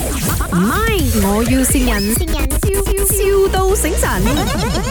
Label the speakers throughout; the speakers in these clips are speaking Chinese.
Speaker 1: 唔係，我要善人，笑笑到醒神。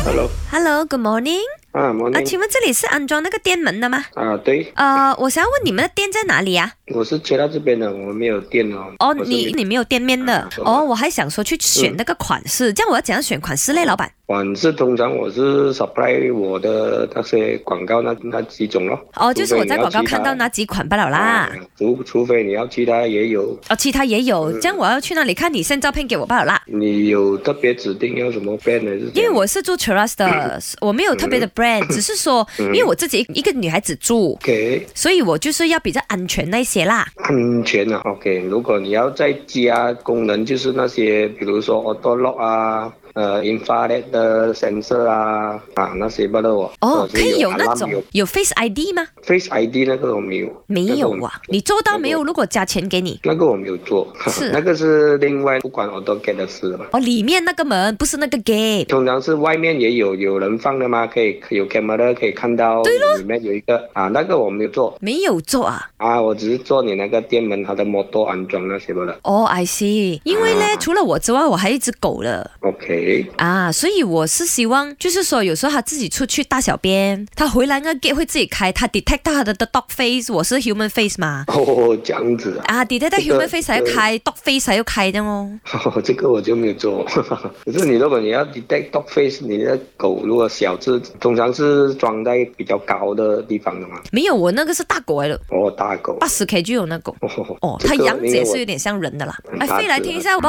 Speaker 2: Hello，
Speaker 3: Hello, good morning。
Speaker 2: 啊
Speaker 3: 啊，
Speaker 2: ，morning，
Speaker 3: 请问这里是安装那个电门的吗？
Speaker 2: 啊，对，
Speaker 3: 呃，我想要问你们的店在哪里啊？
Speaker 2: 我是接到这边的，我没有电哦。
Speaker 3: 哦，
Speaker 2: 我是
Speaker 3: 你你没有店面的
Speaker 2: 啊是。
Speaker 3: 哦，我还想说去选那个款式，这样我要怎样选款式嘞，老板？
Speaker 2: 管是通常我是 supply 我的那些广告那那几种咯。
Speaker 3: 哦，就是我在广告看到那
Speaker 2: 那
Speaker 3: 几款罢了啦。，
Speaker 2: 除除非你要其他也有，
Speaker 3: 哦，其他嗯也有，这样我要去那里看你 send 照片给我罢了啦。
Speaker 2: 你有特别指定要什么 brand 还是怎样？
Speaker 3: 因为我是住 Cheras 的，我没有特别的 brand，只是说，因为我自己一个女孩子住，
Speaker 2: OK
Speaker 3: 所以我就是要比较安全那些啦。
Speaker 2: 安全啊，OK，如果你要再加功能，就是那些比如说 auto lock 啊。呃，infrared 的 sensor 啊，啊那些不漏哦。
Speaker 3: 哦
Speaker 2: 或，者
Speaker 3: 可以有那
Speaker 2: alarm 有
Speaker 3: 种有 Face ID 吗？
Speaker 2: Face ID 那个我没有，
Speaker 3: 没有
Speaker 2: 那个我
Speaker 3: 啊，你做到没
Speaker 2: 那
Speaker 3: 有？
Speaker 2: 个
Speaker 3: 如果加钱给你。
Speaker 2: 那个我没有做，
Speaker 3: 是
Speaker 2: 那个是另外不管 AutoCAD 的事嘛。
Speaker 3: 哦，里面那个门不是那个 gate。
Speaker 2: 通常是外面也有有人放的嘛，可以有 camera 可以看到里面有一个啊，那个我没有做
Speaker 3: 没有做啊！
Speaker 2: 啊，我只是做你那个店门它的 model 安装那些罢了。
Speaker 3: 哦、i see。因为呢，除了我之外，我还有一只狗了
Speaker 2: OK，
Speaker 3: 啊，所以我是希望，就是说，有时候它自己出去大小便，它回来那个 gate 会自己开，它 detect 到它的 dog face，我是 human face 嘛，
Speaker 2: 哦这样子啊，
Speaker 3: 啊，detect 到
Speaker 2: 这个
Speaker 3: human face 还要开，dog face 还要开的哦。
Speaker 2: 这个我就没有做。 可是你如果你要 detect dog face，你的狗如果小只，通常是装在比较高的地方的嘛。
Speaker 3: 没有，我那个是大狗来的，
Speaker 2: 哦，大狗
Speaker 3: 八。十 kg 有那狗。
Speaker 2: 哦
Speaker 3: 啊哦，
Speaker 2: 这
Speaker 3: 它
Speaker 2: 个
Speaker 3: 样子
Speaker 2: 因为
Speaker 3: 也
Speaker 2: 我
Speaker 3: 是有点像人的啦。
Speaker 2: 很
Speaker 3: 哎，
Speaker 2: 大
Speaker 3: 飞来
Speaker 2: 只
Speaker 3: 听一
Speaker 2: 啊
Speaker 3: 下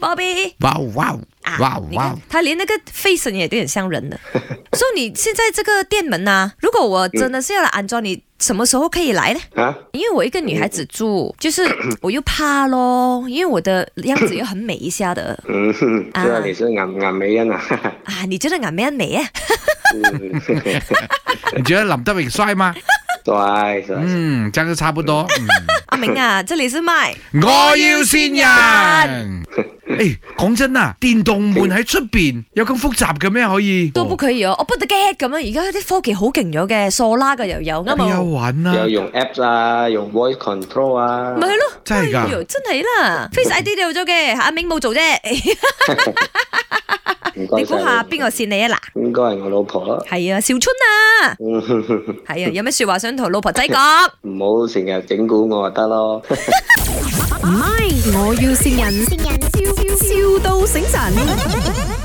Speaker 3: ，Bobby，Bobby。
Speaker 4: 哇哦哇哦
Speaker 3: 啊，
Speaker 4: 哇哦
Speaker 3: 你
Speaker 4: 哇
Speaker 3: 看
Speaker 4: 哦！
Speaker 3: 他连那个 face 也有点像人 的。所以你现在这个店门呐、如果我真的是要来安装，你什么时候可以来呢？
Speaker 2: 啊，
Speaker 3: 因为我一个女孩子住，就是 我又怕咯，因为我的样子又很美一下的
Speaker 2: 嗯，哼，
Speaker 3: 啊
Speaker 2: 知道你是俺俺梅人啊，
Speaker 3: 啊。你觉得俺们美啊？
Speaker 2: 嗯，
Speaker 4: 你觉得林德荣帅吗？
Speaker 2: 帅帅，
Speaker 4: 嗯，这样就差不多。嗯
Speaker 3: 阿明啊，这里是
Speaker 4: 哦
Speaker 3: 麦，
Speaker 4: 我要先人。诶，讲真啊，電動門喺出邊有咁複雜嘅咩？可以
Speaker 3: 都不可以哦，我不得 get 咁樣。而家啲科技好勁咗嘅，索拉嘅又有啱
Speaker 4: 邊有
Speaker 3: 冇？
Speaker 4: 玩
Speaker 2: 要
Speaker 4: 啊？
Speaker 2: 用 apps 啊，用 voice control 啊
Speaker 3: 咪，係咯，
Speaker 4: 真係㗎
Speaker 3: 哎呦真係啦，Face ID 都有咗嘅，阿明冇做啫。
Speaker 2: 唔
Speaker 3: 你
Speaker 2: 該
Speaker 3: 估
Speaker 2: 晒
Speaker 3: 下邊個？線你啊？
Speaker 2: 應該係我老婆啦
Speaker 3: 嗱，。係啊，小春啊！
Speaker 2: 嗯哼哼哼
Speaker 3: 系啊，有咩说話想同老婆仔講？
Speaker 2: 唔好成日整蠱我就得咯。
Speaker 1: 唔係，我要善人，笑笑到醒神。